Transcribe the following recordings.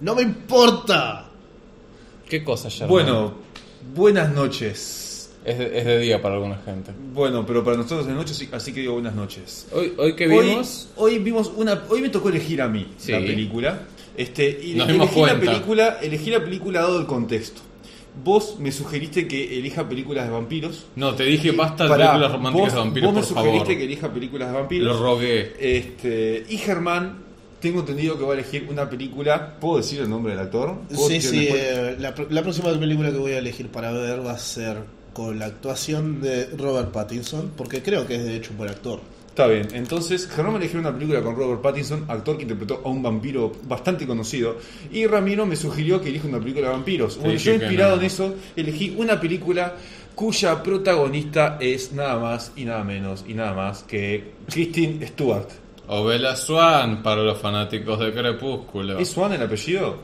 No me importa. ¿Qué cosa, Sherman? Bueno, buenas noches. Es de, es de día para alguna gente. Bueno, pero para nosotros es noche, así- así que digo buenas noches. Hoy, hoy que Hoy- vimos, Hoy, vimos una. Hoy me tocó elegir a mí Sí. la película. Este, y Nos dimos elegí la cuenta. película, elegí la película dado el contexto. Vos me sugeriste que elija películas de vampiros. no, te dije basta de Pará, películas románticas vos- de vampiros, por vos me sugeriste favor. que elija películas de Lo vampiros. rogué. Este, y Germán, tengo entendido que va a elegir una película. ¿Puedo decir el nombre del actor? ¿Puedo Sí, tirar sí, después? eh, la, pr- la próxima película que voy a elegir para ver va a ser con la actuación de Robert Pattinson, porque creo que es de hecho un buen actor. Está bien, entonces Germán eligió una película con Robert Pattinson, actor que interpretó a un vampiro bastante conocido, y Ramiro me sugirió que elija una película de vampiros. Bueno, dije yo que inspirado no. en eso, elegí una película cuya protagonista es nada más y nada menos y nada más que Christine Stewart. O Bella Swan para los fanáticos de Crepúsculo. ¿Es Swan el apellido?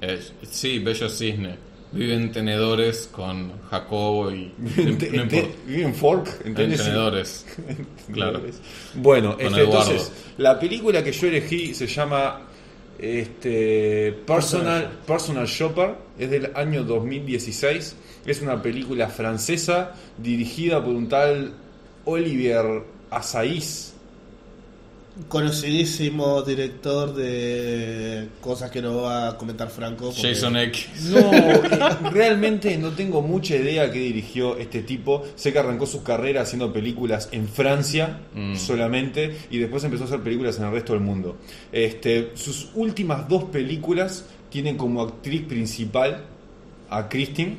Eh, sí, Bello Cisne. Vive en tenedores con Jacobo y... Ent- no ente- importa. ¿Vive en Fork? En ¿Entendés? tenedores. claro. Bueno, Con este, Eduardo. entonces, la película que yo elegí se llama este, Personal, Personal Shopper, es del año 2016, es una película francesa dirigida por un tal Olivier Asaís. Conocidísimo director de cosas que no va a comentar Franco. porque- Jason X. No, eh, realmente no tengo mucha idea que dirigió este tipo. Sé que arrancó su carrera haciendo películas en Francia Mm. solamente y después empezó a hacer películas en el resto del mundo. Este, sus últimas dos películas tienen como actriz principal a Kristin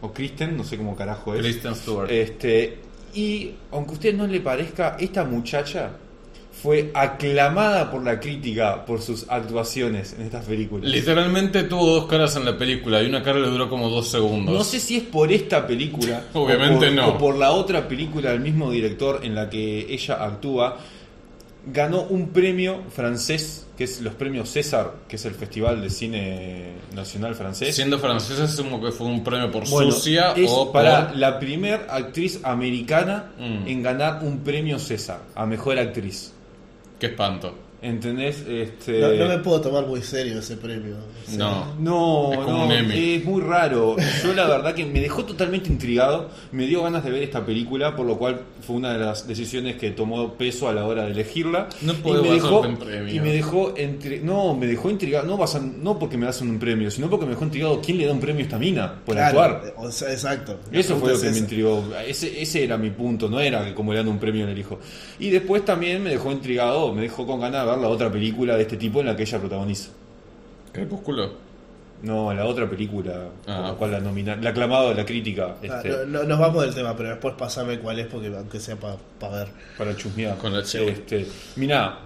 o Kristen, no sé cómo carajo es. Kristen Stewart. Este, y aunque a usted no le parezca, esta muchacha fue aclamada por la crítica por sus actuaciones en estas películas. Literalmente tuvo dos caras en la película y una cara le duró como dos segundos. No sé si es por esta película. Obviamente o por, no. o por la otra película del mismo director en la que ella actúa. Ganó un premio francés, que es los premios César, que es el Festival de Cine Nacional Francés. Siendo francesa, asumo que fue un premio por Bueno, sucia es o para por... la primer actriz americana Mm. en ganar un premio César a mejor actriz. Qué espanto. ¿Entendés? Este... No, no me puedo tomar muy serio ese premio. O sea, No. No, Es como no, un meme. es muy raro. Yo la verdad que me dejó totalmente intrigado, me dio ganas de ver esta película, por lo cual fue una de las decisiones que tomó peso a la hora de elegirla. No y puedo me dejó, basarte en premios. y me dejó entre, no, me dejó intrigado, no basan- no porque me hacen un premio, sino porque me dejó intrigado quién le da un premio a esta mina por claro, eh, actuar. o sea, exacto. Eso fue lo que Entonces, me intrigó. Ese, ese era mi punto, no era que como le dan un premio le elijo. Y después también me dejó intrigado, me dejó con ganas de ver la otra película de este tipo en la que ella protagoniza. Crepúsculo. No, la otra película, Ah. por la cual la nomina, la aclamado de la crítica, ah, este, no- no- nos vamos del tema, pero después pasame cuál es, porque aunque sea para ver. para chusmear. Con la che. Este, mirá,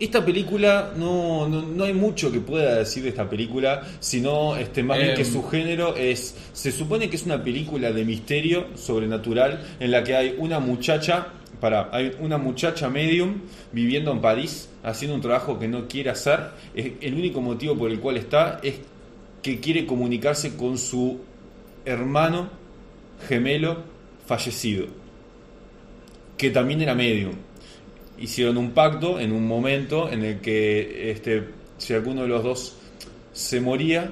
esta película no, no, no hay mucho que pueda decir de esta película, sino este, más bien Em. que su género es. Se supone que es una película de misterio sobrenatural en la que hay una muchacha. Para, hay una muchacha medium viviendo en París, haciendo un trabajo que no quiere hacer. Es- el único motivo por el cual está es que quiere comunicarse con su hermano gemelo fallecido, que también era medium. Hicieron un pacto en un momento en el que este, si alguno de los dos se moría,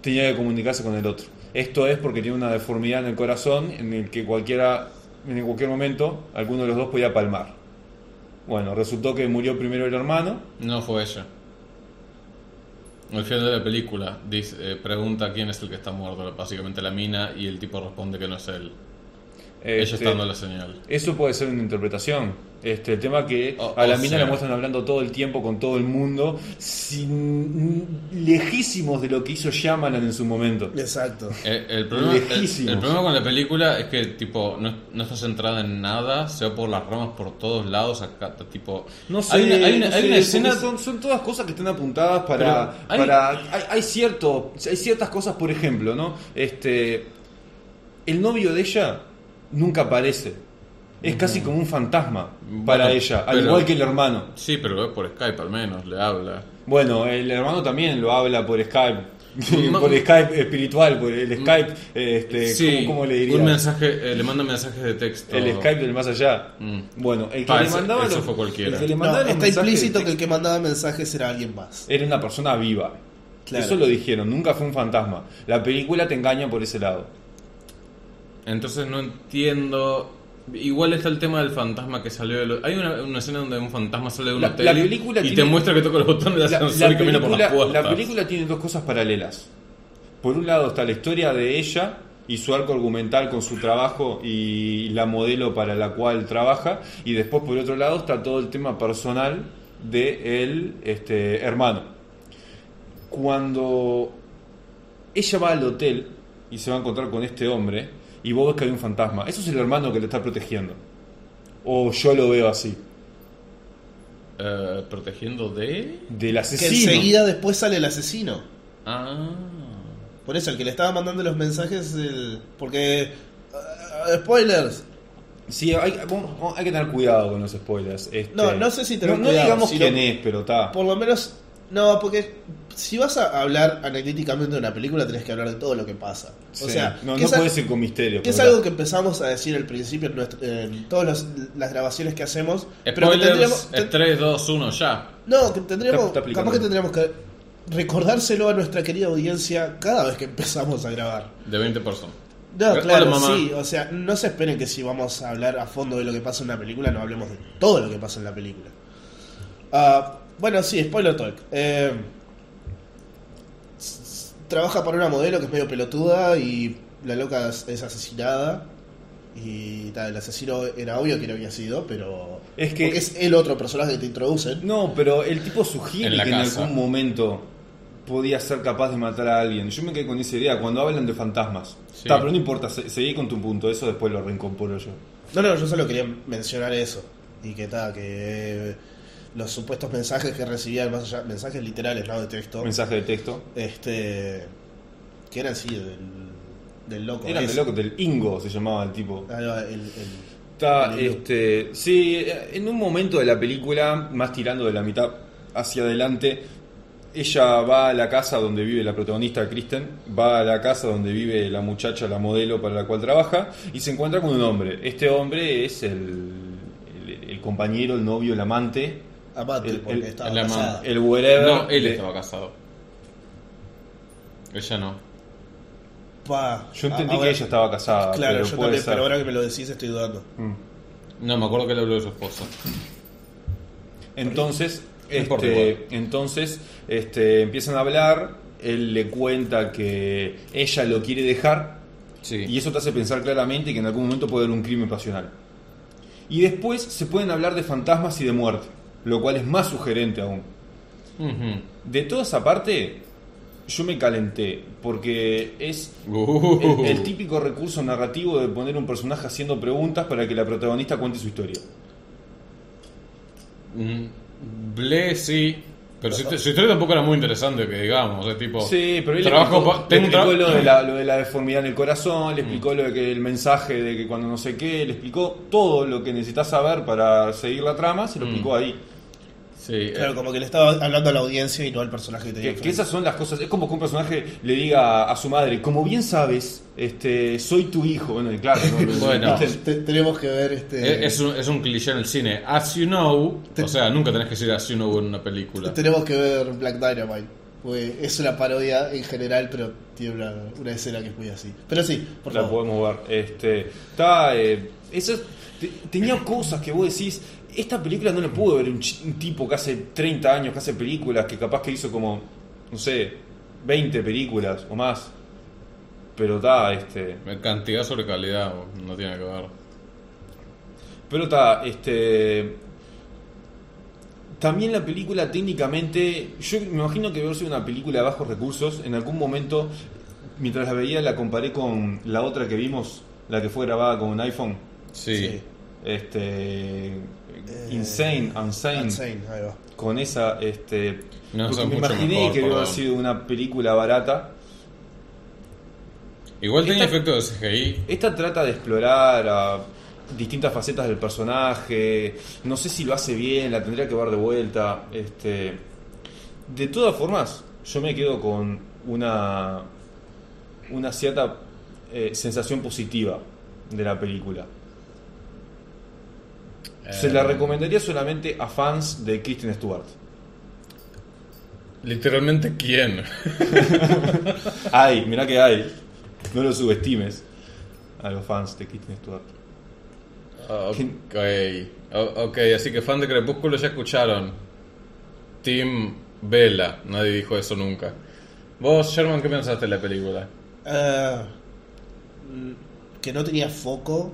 tenía que comunicarse con el otro. Esto es porque tiene una deformidad en el corazón en el que cualquiera, en cualquier momento, alguno de los dos podía palmar. Bueno, resultó que murió primero el hermano, No fue ella. Al final de la película dice, eh, pregunta quién es el que está muerto, básicamente la mina, y el tipo responde que no es él. Ella este, está dando la señal. Eso puede ser una interpretación. Este, el tema que O- a la o mina sea- la muestran hablando todo el tiempo con todo el mundo, sin, lejísimos de lo que hizo Shyamalan en su momento. Exacto. Eh, el, problema, el- Lejísimos. el problema con la película es que tipo no, no está centrada en nada, se va por las ramas por todos lados, acá tipo No sé, hay una, hay una- no hay sé, una escena porque Son, son todas cosas que están apuntadas para. Pero hay- para hay, hay cierto, hay ciertas cosas, por ejemplo, ¿no? Este, el novio de ella nunca aparece. Es casi como un fantasma para Bueno, ella, al pero- igual que el hermano. sí, pero lo ve por Skype al menos, le habla. Bueno, el hermano también lo habla por Skype. Ma- por Skype espiritual, por el Skype, este, Mm. sí, ¿cómo, cómo le diría? un mensaje, eh, le manda mensajes de texto. El Skype del más allá. Mm. Bueno, el que Ah, le ese- mandaba ese los- fue cualquiera. el que le No, mandaba los está mensajes de implícito texto que el que mandaba mensajes era alguien más. era una persona viva. Claro. Eso lo dijeron, nunca fue un fantasma. La película te engaña por ese lado. Entonces no entiendo. Igual está el tema del fantasma que salió del... Hay una, una escena donde un fantasma sale de un La- hotel la película y te tiene- muestra que toca los botones del La, la ascensor y camina por las película, puertas. la película tiene dos cosas paralelas. Por un lado está la historia de ella y su arco argumental con su trabajo y la modelo para la cual trabaja. Y después, por otro lado, está todo el tema personal de el este, hermano. Cuando ella va al hotel y se va a encontrar con este hombre y vos ves que hay un fantasma, eso es el hermano que le está protegiendo. O yo lo veo así. Eh, protegiendo de... Del Que asesino. enseguida después sale el asesino. Ah. Por eso, el que le estaba mandando los mensajes, el... porque... ah, spoilers. Sí, hay, vamos- hay que tener cuidado con los spoilers. este. No, no sé si tener No, no cuidado, digamos sino- quién es, pero está. Por lo menos... No, porque si vas a hablar anecdóticamente de una película, tenés que hablar de todo lo que pasa. O Sí. sea, no, que no esa- puedes ir con misterio. Que es pero algo que empezamos a decir al principio en, nuestro- en todas las, las grabaciones que hacemos. pero que Spoilers, eh, tendríamos, es ten- 3, 2, 1, ya. no, que tendríamos, este Está- está aplicando. capaz que tendríamos que recordárselo a nuestra querida audiencia cada vez que empezamos a grabar. De 20 personas. No, Hola, claro, mamá. sí, o sea, no se esperen que si vamos a hablar a fondo de lo que pasa en una película, no hablemos de todo lo que pasa en la película. Ah, bueno, sí, spoiler talk. Eh, s- s- trabaja para una modelo que es medio pelotuda y la loca es, es asesinada. Y tal, el asesino era obvio que no había sido, pero. Es que- Porque es el otro personaje que te introducen. No, pero el tipo sugiere En la que casa. en algún momento podía ser capaz de matar a alguien. Yo me quedé con esa idea cuando hablan de fantasmas. Sí. Está, pero no importa, se- seguí con tu punto, eso después lo reincorporo yo. No, no, yo solo quería mencionar eso. Y que tal, que. eh, los supuestos mensajes que recibía, más allá, mensajes literales, no de texto. Mensaje de texto. Este. Que era así, del, del loco. Eran de ese. loco, del Ingo se llamaba el tipo. Ahí va, el- el- Está, Lindo. este, sí, en un momento de la película, más tirando de la mitad hacia adelante, ella va a la casa donde vive la protagonista Kristen, va a la casa donde vive la muchacha, la modelo para la cual trabaja, y se encuentra con un hombre. Este hombre es el, el, el compañero, el novio, el amante, amante, El- porque el- estaba el amante. casada. el whatever. No, él de- estaba casado. Ella no. Pa, Yo entendí Ah, ahora- que ella estaba casada. Claro, pero yo puede también, ser. pero ahora que me lo decís estoy dudando. Mm. No, me acuerdo que le habló de su esposa. Entonces, No importa este, igual. entonces este, empiezan a hablar, él le cuenta que ella lo quiere dejar Sí. y eso te hace pensar claramente que en algún momento puede haber un crimen pasional. Y después se pueden hablar de fantasmas y de muerte, lo cual es más sugerente aún. Ujú. De toda esa parte, yo me calenté, porque es Uh. el, el típico recurso narrativo de poner un personaje haciendo preguntas para que la protagonista cuente su historia. Mm, Ble, sí. Pero su, su historia tampoco era muy interesante, que digamos. Es tipo. Sí, pero él trabajo le explicó, pa- le tengo un tra- Mm. explicó lo, de la, lo de la deformidad en el corazón, le explicó lo de que el mensaje de que cuando no sé qué, le explicó todo lo que necesitas saber para seguir la trama, se lo Mm. explicó ahí. Sí, eh, Claro, como que le estaba hablando a la audiencia y no al personaje que tenía. Que, que enfrente. esas son las cosas, es como que un personaje le diga a su madre, como bien sabes, este soy tu hijo. Bueno, y claro, no, no, Bueno. ¿viste? Te- tenemos que ver este. eh, es, un, es un cliché en el cine. As you know. O sea, nunca tenés que decir as you know en una película. Tenemos que ver Black Dynamite. porque es una parodia en general, pero tiene una, una escena que es muy así. Pero sí, por la favor. podemos ver. Este, está, eh, eso- te- tenía cosas que vos decís, esta película no la pudo ver un, ch- un tipo que hace 30 años, que hace películas, que capaz que hizo como, no sé, 20 películas o más. Pero está, este, Eh, Cantidad sobre calidad, no tiene que ver. Pero está, este. También la película técnicamente. Yo me imagino que verse una película de bajos recursos. En algún momento, mientras la veía, la comparé con la otra que vimos, la que fue grabada con un iPhone. Sí. Sí. Este. Insane, Unsane. Insane, ahí va. Con esa, este. No, porque son me mucho imaginé mejor, que hubiera perdón. sido una película barata. Igual tenía Esta- efecto de CGI. Esta trata de explorar a distintas facetas del personaje. No sé si lo hace bien, la tendría que ver de vuelta. Este, de todas formas, yo me quedo con una, una cierta eh, sensación positiva de la película. Se la Eh, recomendaría solamente a fans de Kristen Stewart. Literalmente, ¿quién? Hay, mirá que hay. No lo subestimes a los fans de Kristen Stewart. ok. O- ok, así que fan de Crepúsculo ya escucharon. Tim Vela, nadie dijo eso nunca. Vos, Sherman, ¿qué pensaste de la película? Ah, mm, que no tenía foco.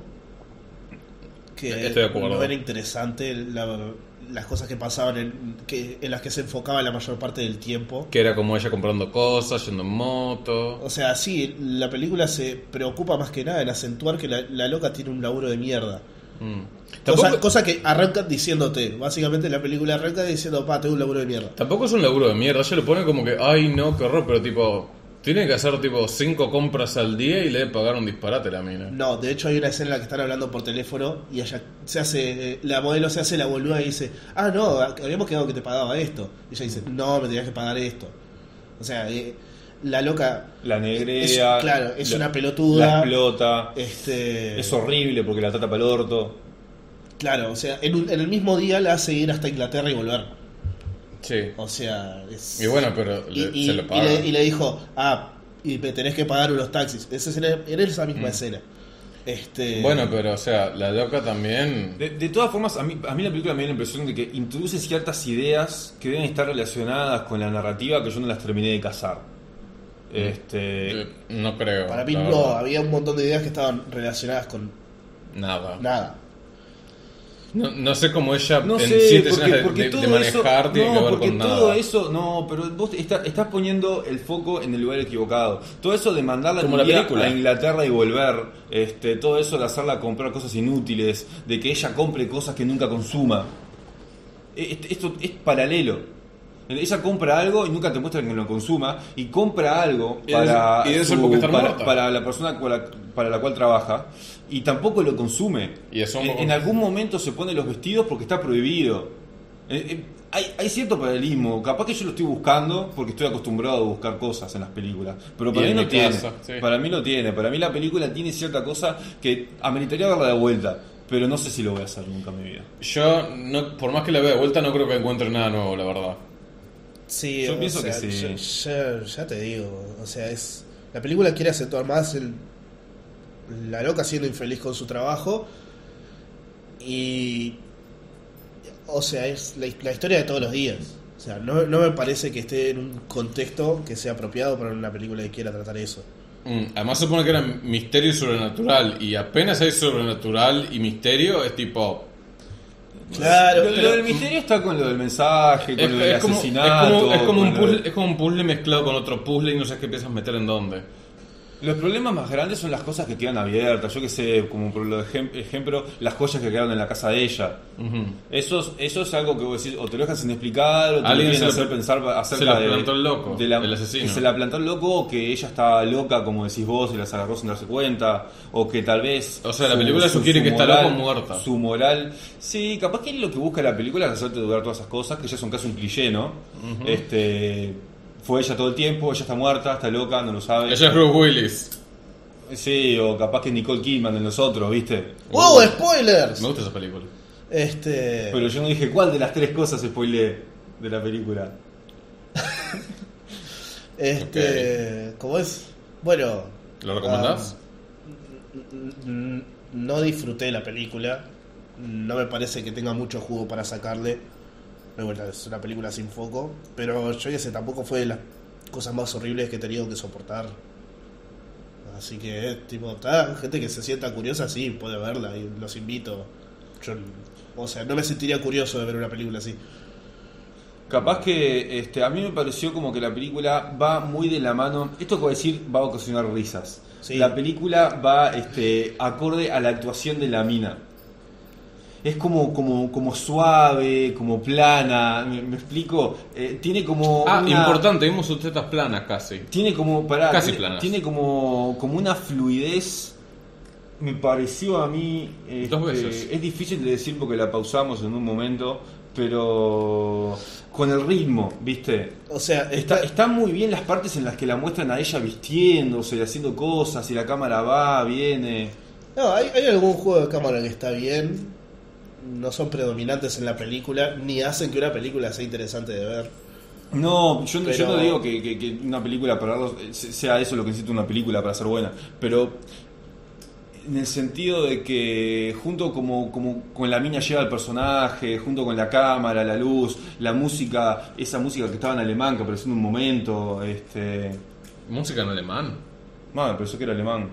Que Estoy de acuerdo. no era interesante la- las cosas que pasaban en, que, en las que se enfocaba la mayor parte del tiempo. Que era como ella comprando cosas, yendo en moto. O sea, sí, la película se preocupa más que nada en acentuar que la, la loca tiene un laburo de mierda. Mm. Cosa, Tampoco, cosa que arranca diciéndote. Básicamente la película arranca diciendo, pa, tengo un laburo de mierda. tampoco es un laburo de mierda. Ella lo pone como que, ay, no, qué horror, pero tipo, tiene que hacer tipo cinco compras al día y le debe pagar un disparate a la mina. No, de hecho hay una escena en la que están hablando por teléfono y ella se hace, eh, la modelo se hace la boluda y dice, ah, no, habíamos quedado que te pagaba esto. Y ella dice, no, me tenías que pagar esto. O sea, eh, la loca, La es, negrea. claro, es la- una La pelotuda. explota. Este, Es horrible porque la trata para el orto. Claro, o sea, en, un- en el mismo día la hace ir hasta Inglaterra y volver. Sí. O sea, es... Y bueno, pero y, le- y- se lo y paga. le, y le dijo, ah, y me tenés que pagar unos taxis. Esa escena, era esa misma escena. Este, Mm. Bueno, pero o sea, la loca también. De, de todas formas, a mí, a mí la película me da la impresión de que introduce ciertas ideas que deben estar relacionadas con la narrativa que yo no las terminé de cazar. Este, eh, No creo. Para mí la no, verdad. había un montón de ideas que estaban relacionadas con Nada. nada. No, no sé cómo ella no en sé, siete porque, escenas de- porque de, todo de manejar eso, tiene no, que ver porque con todo nada. eso, no, pero vos te- está- estás poniendo el foco en el lugar equivocado. Todo eso de mandarla Como un la día película. a Inglaterra y volver, este, todo eso de hacerla comprar cosas inútiles, de que ella compre cosas que nunca consuma. E- est- Esto es paralelo. Ella compra algo y nunca te muestran que lo consuma y compra algo Y para, es- y es porque está para, muerta. para la persona con la- para la cual trabaja y tampoco lo consume. Y es un Eh, en, poco- en algún momento se pone los vestidos porque está prohibido. Eh, eh, hay, hay cierto paralelismo. Capaz que yo lo estoy buscando porque estoy acostumbrado a buscar cosas en las películas. Pero Y para mí en no mi tiene. casa, sí. Para mí no tiene. Para mí la película tiene cierta cosa que ameritaría verla de vuelta. Pero no sé si lo voy a hacer nunca en mi vida. Yo, no, por más que la vea de vuelta, no creo que encuentre nada nuevo, la verdad. Sí, Yo o pienso sea, que sí. Ya, ya- ya te digo, o sea, es la película quiere acentuar más el, la loca siendo infeliz con su trabajo y, o sea, es la, la historia de todos los días. O sea, no, no me parece que esté en un contexto que sea apropiado para una película que quiera tratar eso. Mm, Además se supone que era misterio y sobrenatural. Y apenas hay sobrenatural y misterio, es tipo... Claro, lo, lo pero- del misterio está con lo del mensaje, con Es, lo del es como, es asesinato. como- es como un con lo de- puzzle, es como un puzzle mezclado con otro puzzle y no sabes qué piensas meter en dónde. Los problemas más grandes son las cosas que quedan abiertas. Yo que sé, como por lo ejem- ejemplo, las joyas que quedaron en la casa de ella. Ujú. Eso, es- eso es algo que vos decís, o te lo dejas sin explicar, o te lo Alguien quieren se lo hacer pl- pensar pa- se acerca lo de- plantó el loco, de la- el asesino. Que se la plantó el loco, o que ella estaba loca, como decís vos, y las agarró sin darse cuenta, o que tal vez. O sea, la película sugiere que está moral- loco o muerta. Su moral. Sí, capaz que lo que busca la película es hacerte dudar todas esas cosas, que ya son casi un cliché, ¿no? Este. Fue ella todo el tiempo, ella está muerta, está loca, no lo sabe. Ella es Bruce Willis. Sí, o capaz que Nicole Kidman en nosotros, ¿viste? ¡Wow! ¡Spoilers! Me gusta esa película. Este. Pero yo no dije cuál de las tres cosas spoileé de la película. Este, ¿cómo es? Bueno. ¿Lo recomendás? ah, n- n- no disfruté la película. No me parece que tenga mucho jugo para sacarle. De vuelta, es una película sin foco. Pero yo ya sé, tampoco fue de las cosas más horribles que he tenido que soportar. Así que, eh, tipo, ta, gente que se sienta curiosa, sí, puede verla. Y los invito. Yo, o sea, no me sentiría curioso de ver una película así. Capaz que este, a mí me pareció como que la película va muy de la mano. Esto que voy a decir va a ocasionar risas. Sí. La película va este, acorde a la actuación de la mina. Es como, como, como suave, como plana, ¿me, me explico? Eh, tiene como. Ah, una- importante, vimos sus tetas planas casi. Tiene como. Pará, Casi tiene, planas. tiene como, como una fluidez. Me pareció a mí. este, Dos veces. Es difícil de decir porque la pausamos en un momento. Pero. con el ritmo, ¿viste? O sea, Está, está, están muy bien las partes en las que la muestran a ella vistiéndose y haciendo cosas y la cámara va, viene. No, hay, hay algún juego de cámara que está bien. No son predominantes en la película, ni hacen que una película sea interesante de ver. No, yo, no- yo Pero- no digo que, que- que una película para verlo eh, se- sea eso lo que necesita una película para ser buena, pero en el sentido de que junto como, como con la mina lleva el personaje, junto con la cámara, la luz, la música, esa música que estaba en alemán que apareció en un momento, este, Música en alemán. Madre, pensó que era alemán.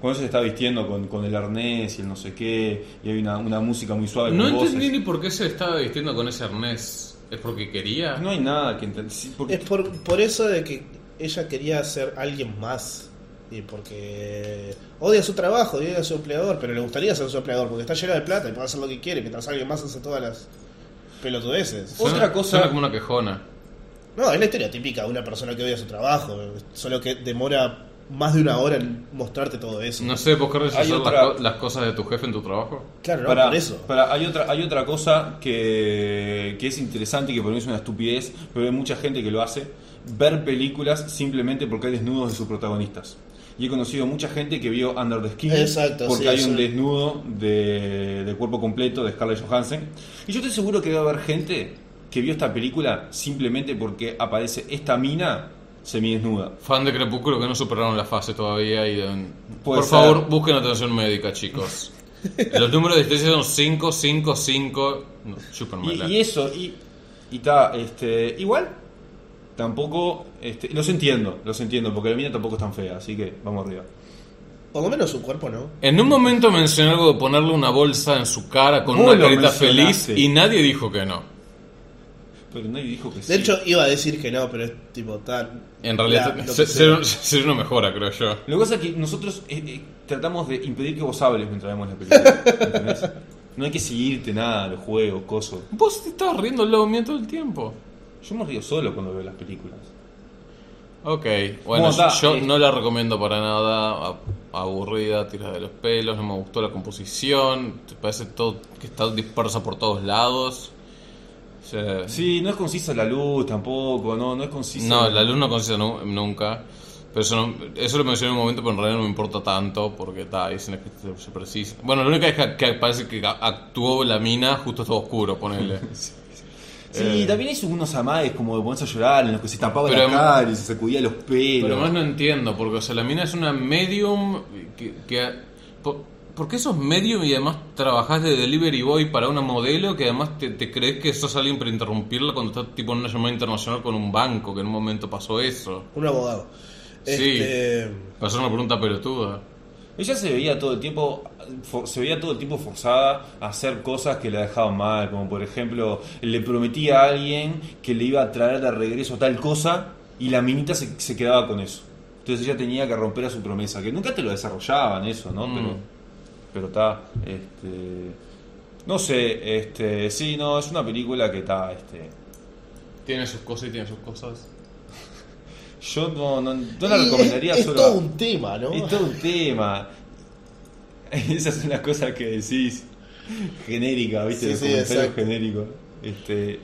Cuando ella se está vistiendo con, con el arnés y el no sé qué, y hay una, una música muy suave. No Ah, con voces. entendí ni por qué se estaba vistiendo con ese arnés. ¿Es porque quería? No hay nada que entender. Sí, porque- Es por, por eso de que ella quería ser alguien más. Y porque odia su trabajo, odia a su empleador, pero le gustaría ser su empleador porque está llena de plata y puede hacer lo que quiere mientras alguien más hace todas las pelotudeces. otra Suena- cosa- Suena como una quejona. No, es la historia típica de una persona que odia su trabajo, solo que demora más de una hora en mostrarte todo eso. No sé, ¿vos querés Hay rechazar otra- las, co- las cosas de tu jefe en tu trabajo? Claro, no, Pará, por eso. pará, hay otra, hay otra cosa que, que es interesante y que por mí es una estupidez, pero hay mucha gente que lo hace, ver películas simplemente porque hay desnudos de sus protagonistas. Y he conocido mucha gente que vio Under the Skin Exacto, porque sí, hay un sí. desnudo de, de cuerpo completo de Scarlett Johansson. Y yo estoy seguro que va a haber gente que vio esta película simplemente porque aparece esta mina semidesnuda. Fan de Crepúsculo que no superaron la fase todavía y... de- Puede Por ser. favor, busquen atención médica, chicos. Los números de distancia son 5, 5, 5... No, Y, chúpenmela. y eso, y, y ta, este, igual, tampoco, este, los entiendo, los entiendo, porque la mina tampoco es tan fea, así que vamos arriba. Por lo menos su cuerpo no. En un momento mencioné algo de ponerle una bolsa en su cara con Vos una lo carita mencionaste. feliz y nadie dijo que no. Pero nadie dijo que sí. De hecho, iba a decir que no, pero es tipo tan. En realidad, la- lo se- que ser, sea. un- ser una mejora, creo yo. lo que pasa es que nosotros eh, eh, tratamos de impedir que vos hables mientras vemos la película. ¿entendés? No hay que seguirte nada, los juegos, cosas. Vos te estabas riendo luego mío todo el tiempo. Yo me río solo cuando veo las películas. Ok, bueno, Bueno, ta, yo eh. no la recomiendo para nada. ab- Aburrida, tira de los pelos, no me gustó la composición. te Parece todo que está dispersa por todos lados. O sea, Sí, no es concisa la luz tampoco, no, no es concisa. no, la luz no consiste nu- nunca. Pero eso, no- eso lo mencioné en un momento, pero en realidad no me importa tanto porque ta, hay escenas que se- se precisa. Bueno, lo único es que, que parece que a- actuó la mina justo todo oscuro, ponele. Sí, también hizo unos amagues como de ponerse a llorar, en los que se tapaba eh. Pero- la cara y se sacudía los pelos. Pero más no entiendo, porque o sea, la mina es una medium que... que- por, por qué sos medium y además trabajás de delivery boy para una modelo que además te, te crees que sos alguien para interrumpirla cuando estás tipo en una llamada internacional con un banco, que en un momento pasó eso? Un abogado. Sí. Este, Pasó una pregunta pelotuda. Ella se veía todo el tiempo for- se veía todo el tiempo forzada a hacer cosas que la dejaban mal, como por ejemplo, le prometía a alguien que le iba a traer de regreso tal cosa y la minita se, se quedaba con eso. Entonces ella tenía que romper a su promesa, que nunca te lo desarrollaban eso, ¿no? Mm. Pero pero está este no sé, este sí, no, es una película que está este Tiene sus cosas y tiene sus cosas. yo no, no, yo la y es- recomendaría es, solo a- todo un tema, ¿no? Es todo un tema. Esas son las cosas que decís. Genérica, ¿viste? Sí, Los sí, comentarios exacto. genéricos. Este,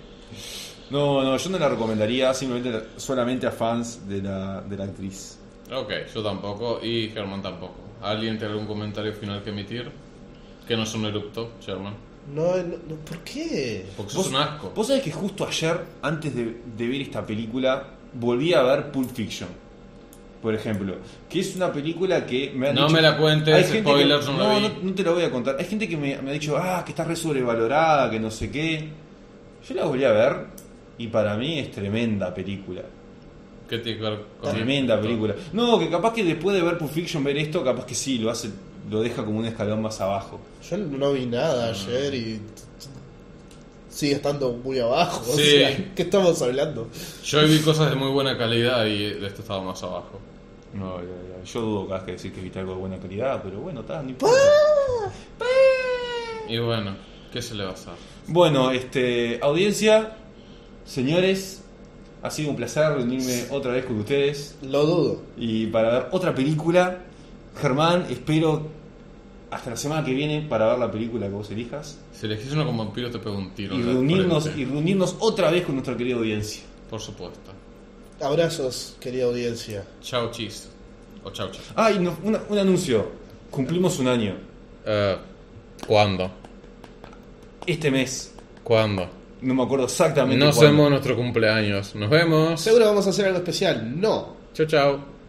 no, no, yo no la recomendaría simplemente solamente a fans de la, de la actriz. Ok, yo tampoco y Germán tampoco. ¿Alguien tiene algún comentario final que emitir? Que no es un erupto, Germán. No, no, no, ¿Por qué? Porque sos un asco. Vos sabés que justo ayer, antes de, de ver esta película, volví a ver Pulp Fiction. Por ejemplo, que es una película que me han No dicho- me la cuentes, Hay gente que- spoilers, no la vi. no, no te la voy a contar. Hay gente que me, me ha dicho, ah, que está re sobrevalorada, que no sé qué. Yo la volví a ver y para mí es tremenda película. ¿Qué tiene que ver con Tremenda esto? película. No, que capaz que después de ver Pulp Fiction, ver esto, capaz que sí, lo hace lo deja como un escalón más abajo. Yo no vi nada Ah. ayer y. t- t- Sigue estando muy abajo. O Sí. sea, ¿qué estamos hablando? Yo vi cosas de muy buena calidad y de esto estaba más abajo. No, ya, ya. yo dudo que hagas que decir que viste algo de buena calidad, pero bueno, está, no importa. Y bueno, ¿qué se le va a hacer? Bueno, este, audiencia, señores, ha sido un placer reunirme otra vez con ustedes Lo dudo. y para ver otra película. Germán, espero hasta la semana que viene para ver la película que vos elijas Si elegís uno con vampiros te pego un tiro. y en la reunirnos, frente. y reunirnos otra vez con nuestra querida audiencia. Por supuesto. Abrazos, querida audiencia. Chao, cheese. O chao, chao. Ah, y no- una- un anuncio. Cumplimos un año. Eh, ¿Cuándo? Este mes. ¿Cuándo? No me acuerdo exactamente. No cuándo. sabemos nuestro cumpleaños. Nos vemos. Seguro vamos a hacer algo especial. No. Chao, chao.